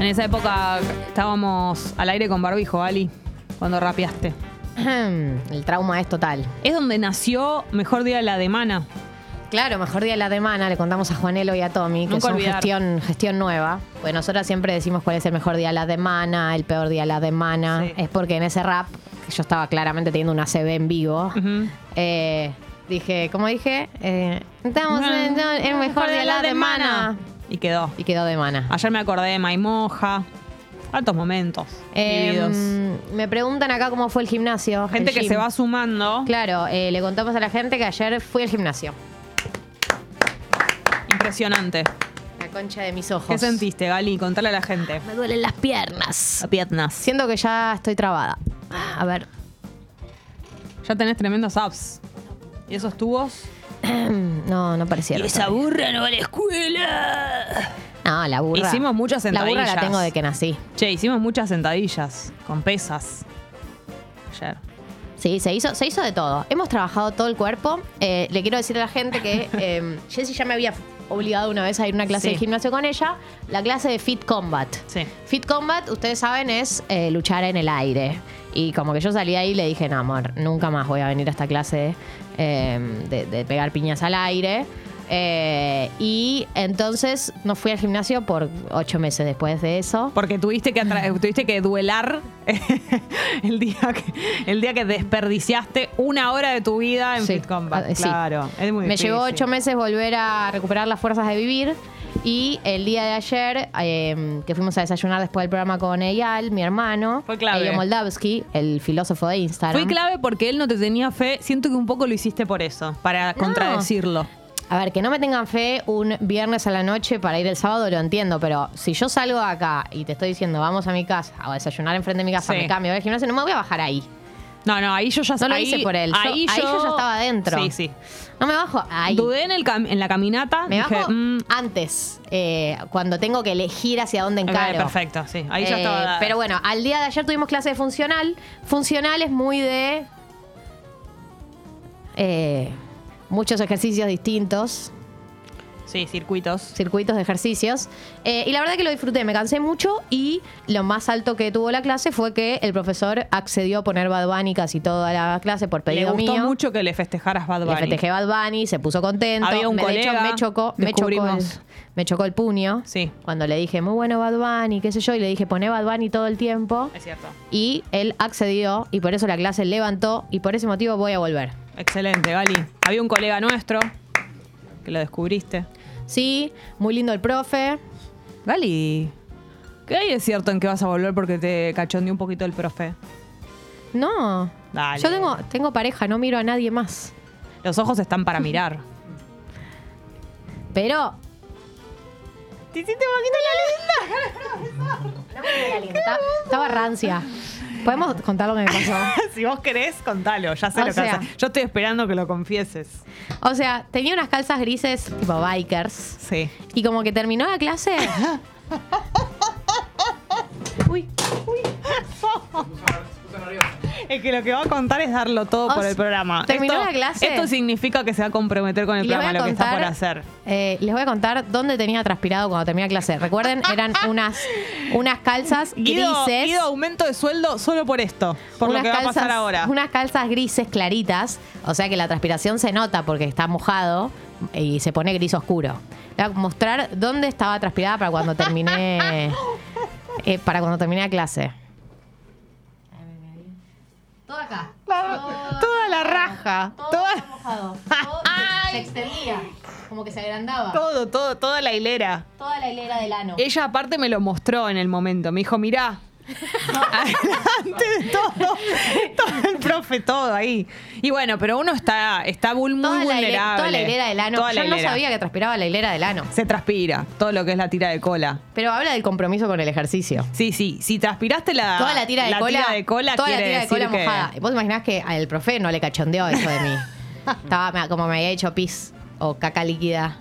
esa época estábamos al aire con barbijo, Ali, cuando rapeaste. El trauma es total. Es donde nació Mejor Día de la Demana. Claro, mejor día de la semana, le contamos a Juanelo y a Tommy, que Nunca son olvidar. gestión, gestión nueva. Pues nosotras siempre decimos cuál es el mejor día de la semana, el peor día de la semana. Sí. Es porque en ese rap, que yo estaba claramente teniendo una CB en vivo, Ujú. eh, dije, ¿cómo dije? Eh, estamos en, en el mejor día de la semana. Ah, Y quedó. Y quedó de mana. Ayer me acordé de Maimoja. Altos momentos. vividos. Em, me preguntan acá cómo fue el gimnasio. Gente el que gym. se va sumando. Claro, eh, le contamos a la gente que ayer fui al gimnasio. Impresionante. La concha de mis ojos. ¿Qué sentiste, Gali? Contale a la gente. Me duelen las piernas. Piernas. Siento que ya estoy trabada. A ver. Ya tenés tremendos apps. ¿Y esos tubos? Em, No, no parecieron. burra no va a la escuela. No, la burra. Hicimos muchas La burra sentadillas. la tengo de que nací. Che, hicimos muchas sentadillas con pesas. Ayer. Sí, se hizo, se hizo de todo. Hemos trabajado todo el cuerpo. Eh, le quiero decir a la gente que eh, Jessy ya me había obligado una vez a ir a una clase Sí. de gimnasio con ella, la clase de Fit Combat. Sí. Fit Combat, ustedes saben, es eh, luchar en el aire. Y como que yo salí ahí y le dije, no, amor, nunca más voy a venir a esta clase eh, de, de pegar piñas al aire. Eh, y entonces no fui al gimnasio por ocho meses después de eso. Porque tuviste que, atra- tuviste que duelar el, día que, el día que desperdiciaste una hora de tu vida en Sí. Fit Combat. Ah, sí. Claro, es muy Me llevó difícil. ocho meses volver a recuperar las fuerzas de vivir. Y el día de ayer, eh, que fuimos a desayunar después del programa con Eyal, mi hermano, Fue clave. Elio Moldavsky, el filósofo de Instagram. Fue clave porque él no te tenía fe. Siento que un poco lo hiciste por eso, para contradecirlo. A ver, que no me tengan fe un viernes a la noche para ir el sábado, lo entiendo, pero si yo salgo de acá y te estoy diciendo vamos a mi casa o a desayunar enfrente de mi casa, Sí. me cambio, voy al gimnasio, no me voy a bajar ahí. No, no, ahí yo ya No lo ahí- hice por él. Yo- Ahí, yo, yo ya estaba adentro. Sí, sí. No me bajo ahí. Dudé en, el cam- en la caminata. Me dije, bajo mm, antes, eh, cuando tengo que elegir hacia dónde ok, encaro. perfecto, sí. Ahí ya Eh, estaba. Pero bueno, al día de ayer tuvimos clase de funcional. Funcional es muy de. eh, muchos ejercicios distintos. Sí, circuitos. circuitos de ejercicios. Eh, y la verdad que lo disfruté, me cansé mucho y lo más alto que tuvo la clase fue que el profesor accedió a poner Bad Bunny casi toda la clase por Le pedido gustó mío. mucho que le festejaras Bad Bunny. Le festejé Bad Bunny, se puso contento. Había un me, de hecho, colega, me chocó, me chocó, el, descubrimos. me chocó el puño. Sí. Cuando le dije, muy bueno Bad Bunny, qué sé yo, y le dije, poné Bad Bunny todo el tiempo. Es cierto. Y él accedió y por eso la clase levantó y por ese motivo voy a volver. Excelente, Gali. Había un colega nuestro que lo descubriste. Sí, muy lindo el profe. Gali, ¿qué hay de cierto en que vas a volver porque te cachondeó un poquito el profe? No. Dale. Yo tengo, tengo pareja, no miro a nadie más. Los ojos están para mirar. Pero. Te hiciste un poquito Estaba rancia. ¿Podemos contar lo que me pasó? Si vos querés, contalo. Ya sé O lo que sea- vas a- Yo estoy esperando que lo confieses. O sea, tenía unas calzas grises tipo bikers. Sí. Y como que terminó la clase. Uy. Es que lo que va a contar es darlo todo O por el sea, programa. terminó esto, la clase. Esto significa que se va a comprometer con el les voy programa, a lo que está por hacer. contar, eh, les voy a contar dónde tenía transpirado cuando terminé la clase. Recuerden, eran unas, unas calzas Guido, grises. Guido, aumento de sueldo solo por esto, por lo unas que va a pasar ahora. Unas calzas grises claritas, o sea que la transpiración se nota porque está mojado y se pone gris oscuro. Le voy a mostrar dónde estaba transpirada para cuando terminé eh, para cuando terminé la clase. Todo acá. Toda- toda la raja. Todo Toda- acá mojado. Todo se extendía, como que se agrandaba. Todo, todo, toda la hilera. Toda la hilera del ano. Ella aparte me lo mostró en el momento. Me dijo, mirá. Adelante de todo. Todo el profe, todo ahí. Y bueno, pero uno está, está vul- muy toda, la vulnerable. hilera, toda la hilera del ano. Toda Yo la no hilera. sabía que transpiraba la hilera del ano. Se transpira, todo lo que es la tira de cola. Pero habla del compromiso con el ejercicio. Sí, sí. Si transpiraste la, toda la tira de cola. tira de cola, toda la quiere tira de decir cola que- mojada. Vos imaginás que al profe no le cachondeó eso de mí. Estaba me- como me había hecho pis o caca líquida.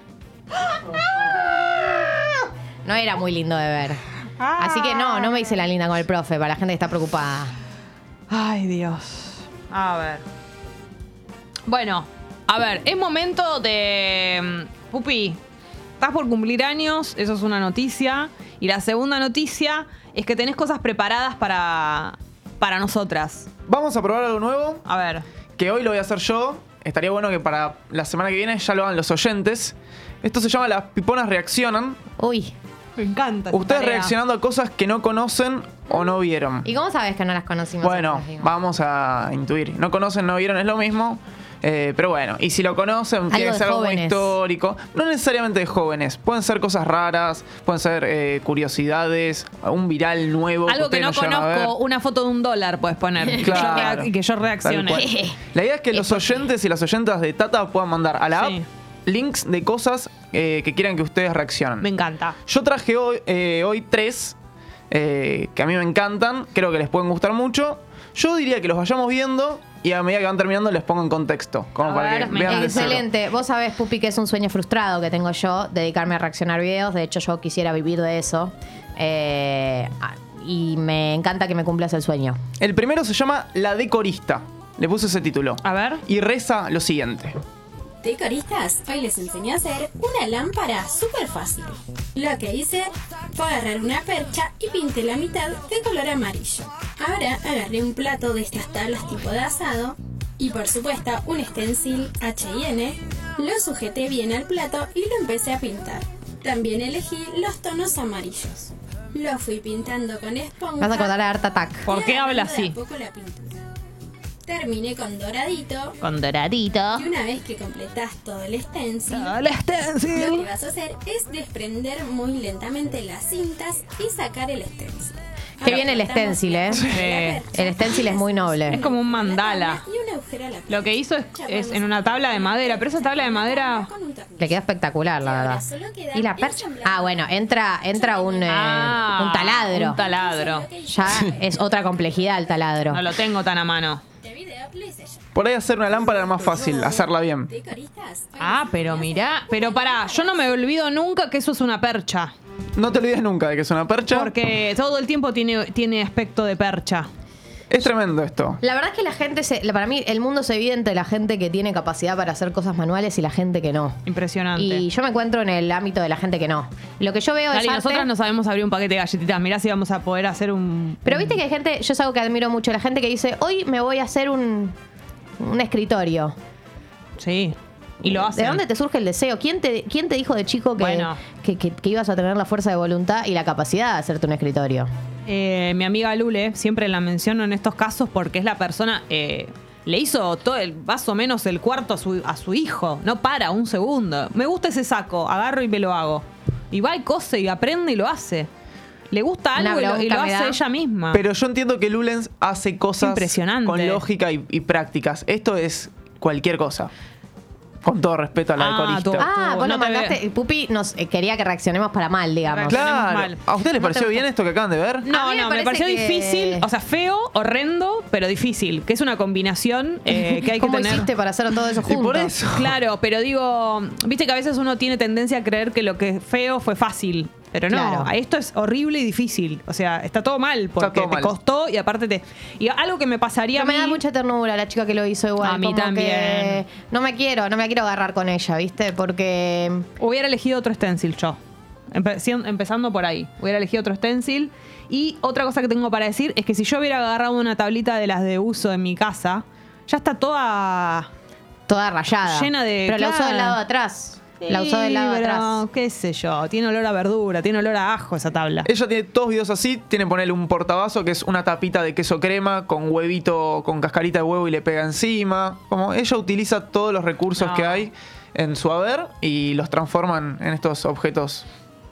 No era muy lindo de ver. Ah. Así que no, no me hice la linda con el profe, para la gente que está preocupada. Ay, Dios. A ver. Bueno, a ver, es mm, momento de. Pupi, estás por cumplir años, eso es una noticia. Y la segunda noticia es que tenés cosas preparadas para, para nosotras. Vamos a probar algo nuevo, A ver. que hoy lo voy a hacer yo. Estaría bueno que para la semana que viene ya lo hagan los oyentes. Esto se llama Las Piponas Reaccionan. Uy. Me encanta. esta Ustedes tarea. reaccionando a cosas que no conocen o no vieron. ¿Y cómo sabes que no las conocimos? Bueno, antes, digo? vamos a intuir. No conocen, no vieron, es lo mismo. Eh, pero bueno, y si lo conocen, tiene Algo que de ser algo muy jóvenes. histórico. No necesariamente de jóvenes. Pueden ser cosas raras, pueden ser eh, curiosidades, un viral nuevo. Algo que ustedes no llegaron a ver. conozco, una foto de un dólar puedes poner. Claro. Y que yo reaccione. Tal cual. La idea es que los oyentes y las oyentas de Tata puedan mandar a la Sí. app links de cosas eh, que quieran que ustedes reaccionen. Me encanta. Yo traje hoy, eh, hoy tres eh, que a mí me encantan, creo que les pueden gustar mucho. Yo diría que los vayamos viendo y a medida que van terminando les pongo en contexto, como A para ver, que me- vean de cero. Excelente. Vos sabés, Pupi, que es un sueño frustrado que tengo yo, dedicarme a reaccionar videos. De hecho, yo quisiera vivir de eso. Eh, ah, y me encanta que me cumplas el sueño. El primero se llama La Decorista. Le puse ese título. A ver. Y reza lo siguiente. Decoristas, hoy les enseñé a hacer una lámpara súper fácil. Lo que hice fue agarrar una percha y pinté la mitad de color amarillo. Ahora agarré un plato de estas tablas tipo de asado y por supuesto un stencil H&N. Lo sujeté bien al plato y lo empecé a pintar. También elegí los tonos amarillos. Lo fui pintando con esponja. Vas a acordar a Art Attack. ¿Por qué y habla agarrando de así? a poco la pintura. Terminé con doradito Con doradito. y una vez que completas todo el stencil, este. lo que vas a hacer es desprender muy lentamente las cintas y sacar el stencil. Qué Ahora bien el cortamos stencil, la ¿eh? punta de la Sí. percha. El stencil es muy noble. Es como un mandala. Y un agujero a la Lo que hizo es, es en una tabla de madera, pero esa tabla de madera. Con un tornillo. Le queda espectacular, la verdad. Y la percha. Ah, bueno, entra, entra un, eh, Ah, un taladro. Un taladro. Ya es otra complejidad el taladro. No lo tengo tan a mano. Este video lo hice yo. Por ahí hacer una lámpara era más fácil, hacerla bien. Decoristas, hoy Ah, les pero enseñé a hacer mirá. Pero pará, yo no me olvido nunca que eso es una percha. No te olvides nunca de que es una percha. Porque todo el tiempo tiene, tiene aspecto de percha. Es tremendo esto. La verdad es que la gente, se, la- para mí, el mundo se divide entre la gente que tiene capacidad para hacer cosas manuales y la gente que no. Impresionante. Y yo me encuentro en el ámbito de la gente que no. Lo que yo veo Dale, es. arte, nosotras no sabemos abrir un paquete de galletitas. Mirá si vamos a poder hacer un. Pero viste que hay gente, yo es algo que admiro mucho, la gente que dice, hoy me voy a hacer un, un escritorio. Sí. Y lo hace. ¿De dónde te surge el deseo? ¿Quién te, quién te dijo de chico que, Bueno. que, que- que ibas a tener la fuerza de voluntad y la capacidad de hacerte un escritorio? Eh, mi amiga Lule, siempre la menciono en estos casos porque es la persona. eh, le hizo todo el, más o menos el cuarto a su, a su hijo. No para un segundo. Me gusta ese saco, agarro y me lo hago. Y va y cose y aprende y lo hace. Le gusta Una algo y lo, y lo bronca me hace da. ella misma. Pero yo entiendo que Lulens hace cosas Impresionante. con lógica y, y prácticas. Esto es cualquier cosa. Con todo respeto a la Ah, decorista. tú- Ah, Ah, vos no lo te mandaste. Pupi nos eh, quería que reaccionemos para mal, digamos. Claro. claro. mal. ¿A ustedes les No te pareció gusta. bien esto que acaban de ver? A No, mí me no, me parece pareció que- difícil, o sea, feo, horrendo, pero difícil, que es una combinación eh, que hay que ¿Cómo tener. hiciste para hacer todo eso Y juntos? por eso. Claro, pero digo, viste que a veces uno tiene tendencia a creer que lo que es feo fue fácil. Pero no, Claro. a esto es horrible y difícil. O sea, está todo mal porque todo te mal. costó y aparte te. Y algo que me pasaría Pero a me mí- da mucha ternura la chica que lo hizo igual. A mí como que también. no me quiero, no me quiero agarrar con ella, ¿viste? Porque Hubiera elegido otro stencil yo. Empe- si- empezando por ahí. Hubiera elegido otro stencil. Y otra cosa que tengo para decir es que si yo hubiera agarrado una tablita de las de uso en mi casa, ya está toda. toda rayada. Llena de- Pero la usó claro. del lado de atrás. la usó del lado de Sí, pero atrás. qué sé yo. Tiene olor a verdura, tiene olor a ajo esa tabla. Ella tiene dos videos así, tiene ponerle un portabazo que es una tapita de queso crema con huevito, con cascarita de huevo y le pega encima. Como ella utiliza todos los recursos No. que hay en su haber y los transforman en estos objetos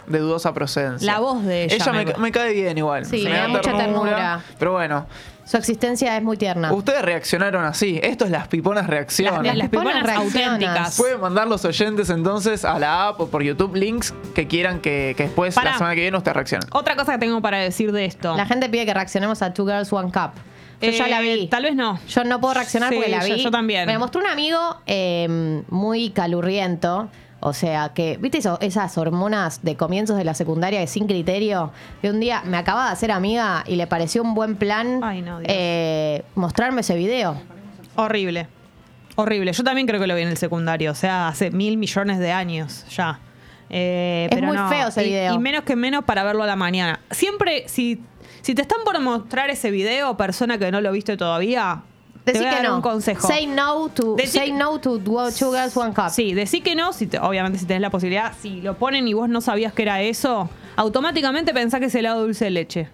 de dudosa procedencia. La voz de ella me, me- ca- me cae bien igual. Sí, me me da da mucha ternura. Pero bueno, Su existencia es muy tierna. ustedes reaccionaron así. Esto es las piponas reacciones. Ah. Las, las piponas piponas reaccionan. auténticas. Pueden mandar los oyentes entonces a la app o por YouTube links que quieran que, que después, Pará. la semana que viene, ustedes reaccionen. Otra cosa que tengo para decir de esto. La gente pide que reaccionemos a Two Girls One Cup. Yo ya Eh, la vi. Tal vez no. Yo no puedo reaccionar Sí, porque la yo- vi. yo también. Me lo mostró un amigo eh, muy calurriento. O sea que, ¿viste eso- esas hormonas de comienzos de la secundaria que sin criterio? Que un día me acababa de hacer amiga y le pareció un buen plan Ay, no, Dios. eh, mostrarme ese video. Horrible. Horrible. Yo también creo que lo vi en el secundario. O sea, hace mil millones de años ya. Eh, Es pero muy no, feo ese y- video. Y menos que menos para verlo a la mañana. Siempre, si, si te están por mostrar ese video, persona que no lo viste todavía, te Decí voy a que dar no. un consejo. Say no to, Decí- say no to two, two girls, one cup. Sí, decí que no, si te- obviamente si tenés la posibilidad, si lo ponen y vos no sabías que era eso, automáticamente pensá que es helado dulce de leche.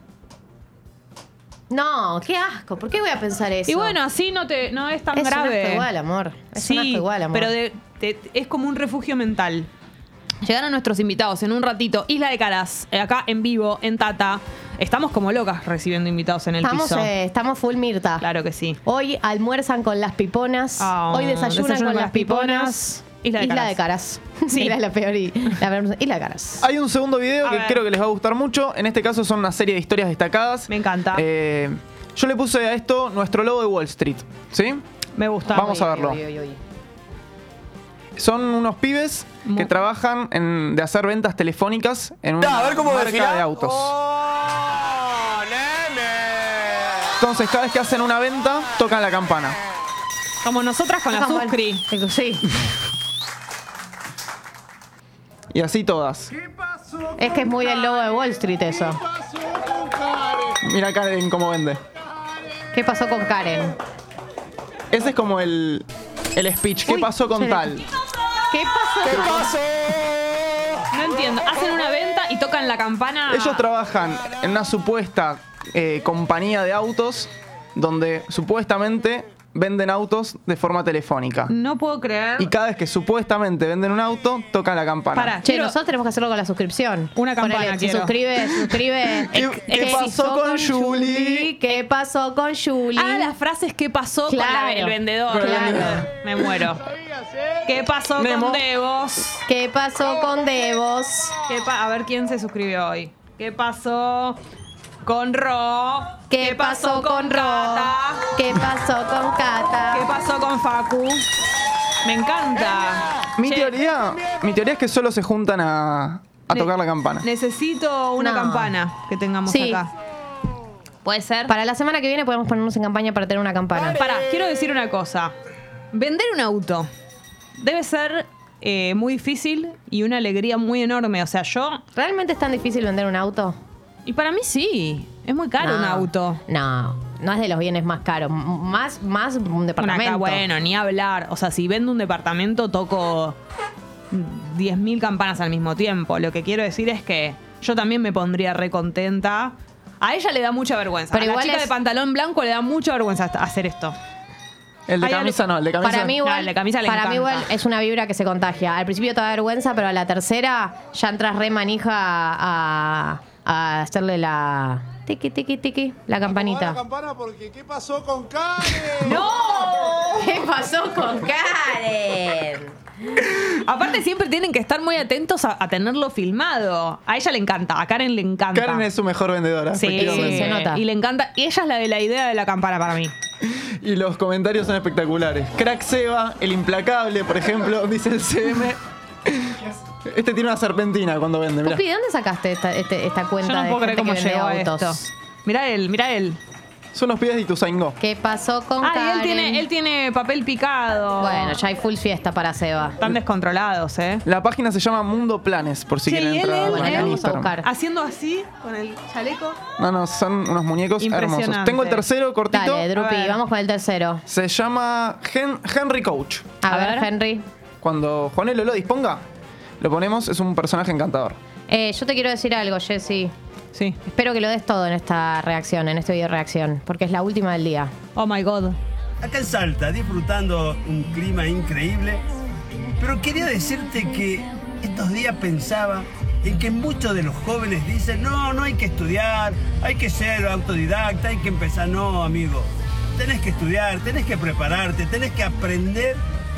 No, qué asco. ¿Por qué voy a pensar eso? Y bueno, así no te no es tan es grave. un asco igual, amor. Es sí, un asco igual, amor. pero de- te- es como un refugio mental. Llegaron nuestros invitados en un ratito. Isla de Caras, eh, acá en vivo, en Tata. Estamos como locas recibiendo invitados en el estamos, piso. eh, estamos full Mirta. Claro que sí. Hoy almuerzan con las piponas. Ah, Hoy desayunan desayuno con las piponas. Isla de Caras. Sí. Sí. Era la peor y la peor- Isla de Caras. Hay un segundo video A que ver. creo que les va a gustar mucho. En este caso son una serie de historias destacadas. Me encanta. Eh, yo le puse a esto nuestro logo de Wall Street. ¿Sí? Me gusta. Vamos a Uy, verlo. uy, uy, uy. Son unos pibes Mu- que trabajan en, de hacer ventas telefónicas en una Ya, a ver cómo marca desfila. de autos. ¡Oh, nene! Entonces, cada vez que hacen una venta, tocan la campana. Como nosotras con la Vamos, Suscri. vale. Sí. Y así todas. Es que es muy el logo de Wall Street eso. Mira Karen cómo vende. ¿Qué pasó con Karen? Ese es como el, el speech. ¿Qué Uy, pasó con se le- tal? ¿Qué pasó? ¿Qué pasó? No entiendo. Hacen una venta y tocan la campana. Ellos trabajan en una supuesta eh, compañía de autos donde supuestamente venden autos de forma telefónica. No puedo creer. Y cada vez que supuestamente venden un auto, tocan la campana. Pará. Che, Quiero- nosotros tenemos que hacerlo con la suscripción. Una campana Ponele, se quiero. suscribe, se suscribe. ¿Qué- Ex- qué pasó con Julie? ¿Qué pasó con Julie? Ah, las frases que pasó con la- Claro. el vendedor. Con el vendedor. Me muero. ¿Qué pasó Memo. con Devos? ¿Qué pasó con Devos? ¿Qué pa- a ver quién se suscribió hoy. ¿Qué pasó con Ro? ¿Qué pasó con Ro? Cata? ¿Qué pasó con ¿Qué Cata? pasó con Facu? Me encanta. Mi Che, teoría, mi teoría es que solo se juntan a, a ne- tocar la campana. Necesito una No. campana que tengamos Sí. acá. ¿Puede ser? Para la semana que viene podemos ponernos en campaña para tener una campana. Pará, quiero decir una cosa. Vender un auto debe ser eh, muy difícil y una alegría muy enorme. O sea, yo. ¿Realmente es tan difícil vender un auto? Y para mí sí. Es muy caro No. un auto. No, no es de los bienes más caros. M- Más, más un Una departamento. ca- bueno, ni hablar. O sea, si vendo un departamento, toco 10.000 campanas al mismo tiempo. Lo que quiero decir es que yo también me pondría re contenta. A ella le da mucha vergüenza. Pero a igual la chica es- de pantalón blanco le da mucha vergüenza hacer esto. El de Hay algo- camisa no, el de camisa. Para mí, No, igual, el de camisa le para mí encanta. igual es una vibra que se contagia. Al principio te da vergüenza, pero a la tercera ya entras re manija a, a hacerle la tiqui, tiqui, tiqui, la Toda La campanita. campana porque ¿qué pasó con Karen? ¿Qué pasó con Karen? Aparte siempre tienen que estar muy atentos a, a tenerlo filmado. A ella le encanta, a Karen le encanta. Karen es su mejor vendedora, sí, efectivamente. Sí, se nota. Y le encanta. Y ella es la de la idea de la campana para mí. Y los comentarios son espectaculares. Crack Seba, el implacable, por ejemplo, dice el CM. Este tiene una serpentina cuando vende, mirá. Pupi, ¿de dónde sacaste esta, este- esta cuenta Yo no de puedo creer gente cómo que vende llegó a autos? esto. Mirá él, mirá él. Son los pibes de Ituzaingó. ¿Qué pasó con Ah, y Karen? él tiene, él tiene papel picado. Bueno, ya hay full fiesta para Seba. Están descontrolados, ¿eh? La página se llama Mundo Planes, por si Sí, quieren y él, entrar. él, acá él. en Vamos a Instagram. buscar. Haciendo así, con el chaleco. No, no, son unos muñecos hermosos. Impresionante. Tengo el tercero cortito. Dale, A Drupi, ver. vamos con el tercero. se llama Hen- Henry Coach. A, A ver, ver. Henry. Cuando Juanelo lo disponga, lo ponemos, es un personaje encantador. Eh, yo te quiero decir algo, Jessy. Sí. Espero que lo des todo en esta reacción, en este video reacción, porque es la última del día. Oh my god. Acá en Salta, disfrutando un clima increíble, pero quería decirte que estos días pensaba en que muchos de los jóvenes dicen, no, no hay que estudiar, hay que ser autodidacta, hay que empezar, no, amigo, tenés que estudiar, tenés que prepararte, tenés que aprender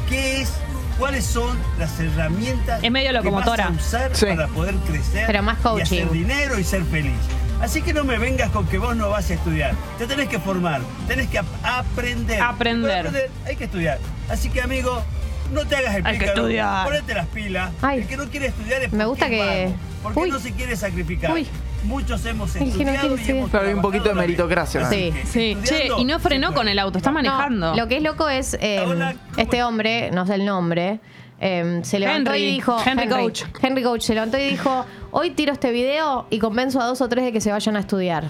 qué es, cuáles son las herramientas Es medio locomotora. que vas a usar Sí. para poder crecer Pero más y coaching. hacer dinero y ser feliz. Así que no me vengas con que vos no vas a estudiar. Te tenés que formar, tenés que ap- aprender. Aprender. Para hay que estudiar. Así que, amigo, no te hagas el Hay que pícaro. estudiar. Ponete las pilas. Ay. El que no quiere estudiar es Me porque gusta es que- vago, Porque Uy. no se quiere sacrificar. Uy. Muchos hemos que no quiere estudiado y estudiar. hemos Claro, hay un poquito de trabajado la vida. meritocracia. Así Sí. que, Sí. Che, estudiando, y no se frenó puede. con el auto, está No, manejando. lo que es loco es eh, Hola, ¿cómo este hombre, no sé el nombre, eh, se levantó Henry, y dijo. Henry Coach. Henry Coach se levantó y dijo: Hoy tiro este video y convenzo a dos o tres de que se vayan a estudiar.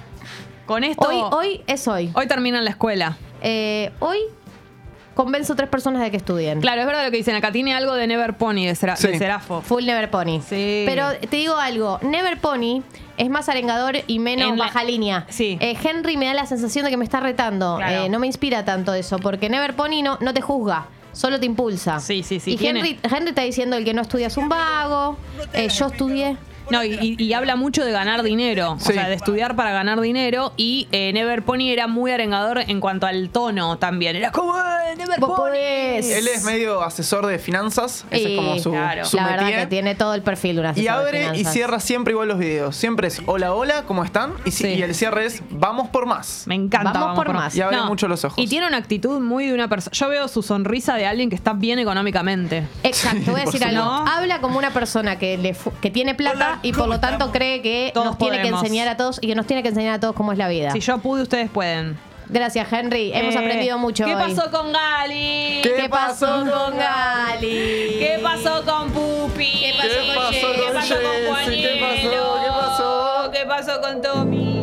Con esto. Hoy, hoy es hoy. hoy terminan la escuela. Eh, hoy convenzo a tres personas de que estudien. Claro, es verdad lo que dicen acá. Tiene algo de Never Pony de, Sera- Sí. de Serafo. Full Never Pony. Sí. Pero te digo algo, Never Pony es más arengador y menos En la- baja línea. Sí. Eh, Henry me da la sensación de que me está retando. Claro. Eh, no me inspira tanto eso, porque Never Pony no, no te juzga, solo te impulsa. Sí, sí, sí, Y tiene- Henry, Henry está diciendo el que no estudia es un vago, eh, yo estudié. No, y, y- y habla mucho de ganar dinero, o Sí. sea, de estudiar para ganar dinero. Y eh, Never Pony era muy arengador en cuanto al tono también. Era como, "Eh, Never Vos Pony. podés. Él es medio asesor de finanzas. Ese Y- es como su, claro. su la verdad métier. que tiene todo el perfil de una Y asesora de abre y finanzas. cierra siempre igual los videos. Siempre es hola, hola, ¿cómo están? Y, si- Sí. y el cierre es vamos por más. Me encanta. Vamos por más. Y abre mucho los ojos. Y tiene una actitud muy de una persona. Yo veo su sonrisa de alguien que está bien económicamente. Exacto, voy a por decir algo. supuesto. Habla como una persona que, le fu- que tiene plata Hola, y por ¿cómo lo tanto estamos? cree que Todos nos tiene podemos. que enseñar a todos y que nos tiene que enseñar a todos cómo es la vida. Si yo pude, ustedes pueden. Gracias, Henry. Hemos Eh, aprendido mucho. ¿Qué hoy. pasó con Gali? ¿Qué ¿Qué pasó con Gali? ¿Qué pasó con Pupi? ¿Qué pasó con ¿Qué pasó con Jessy? ¿Qué pasó? Juanelo? ¿Qué pasó? ¿Qué pasó con Tommy?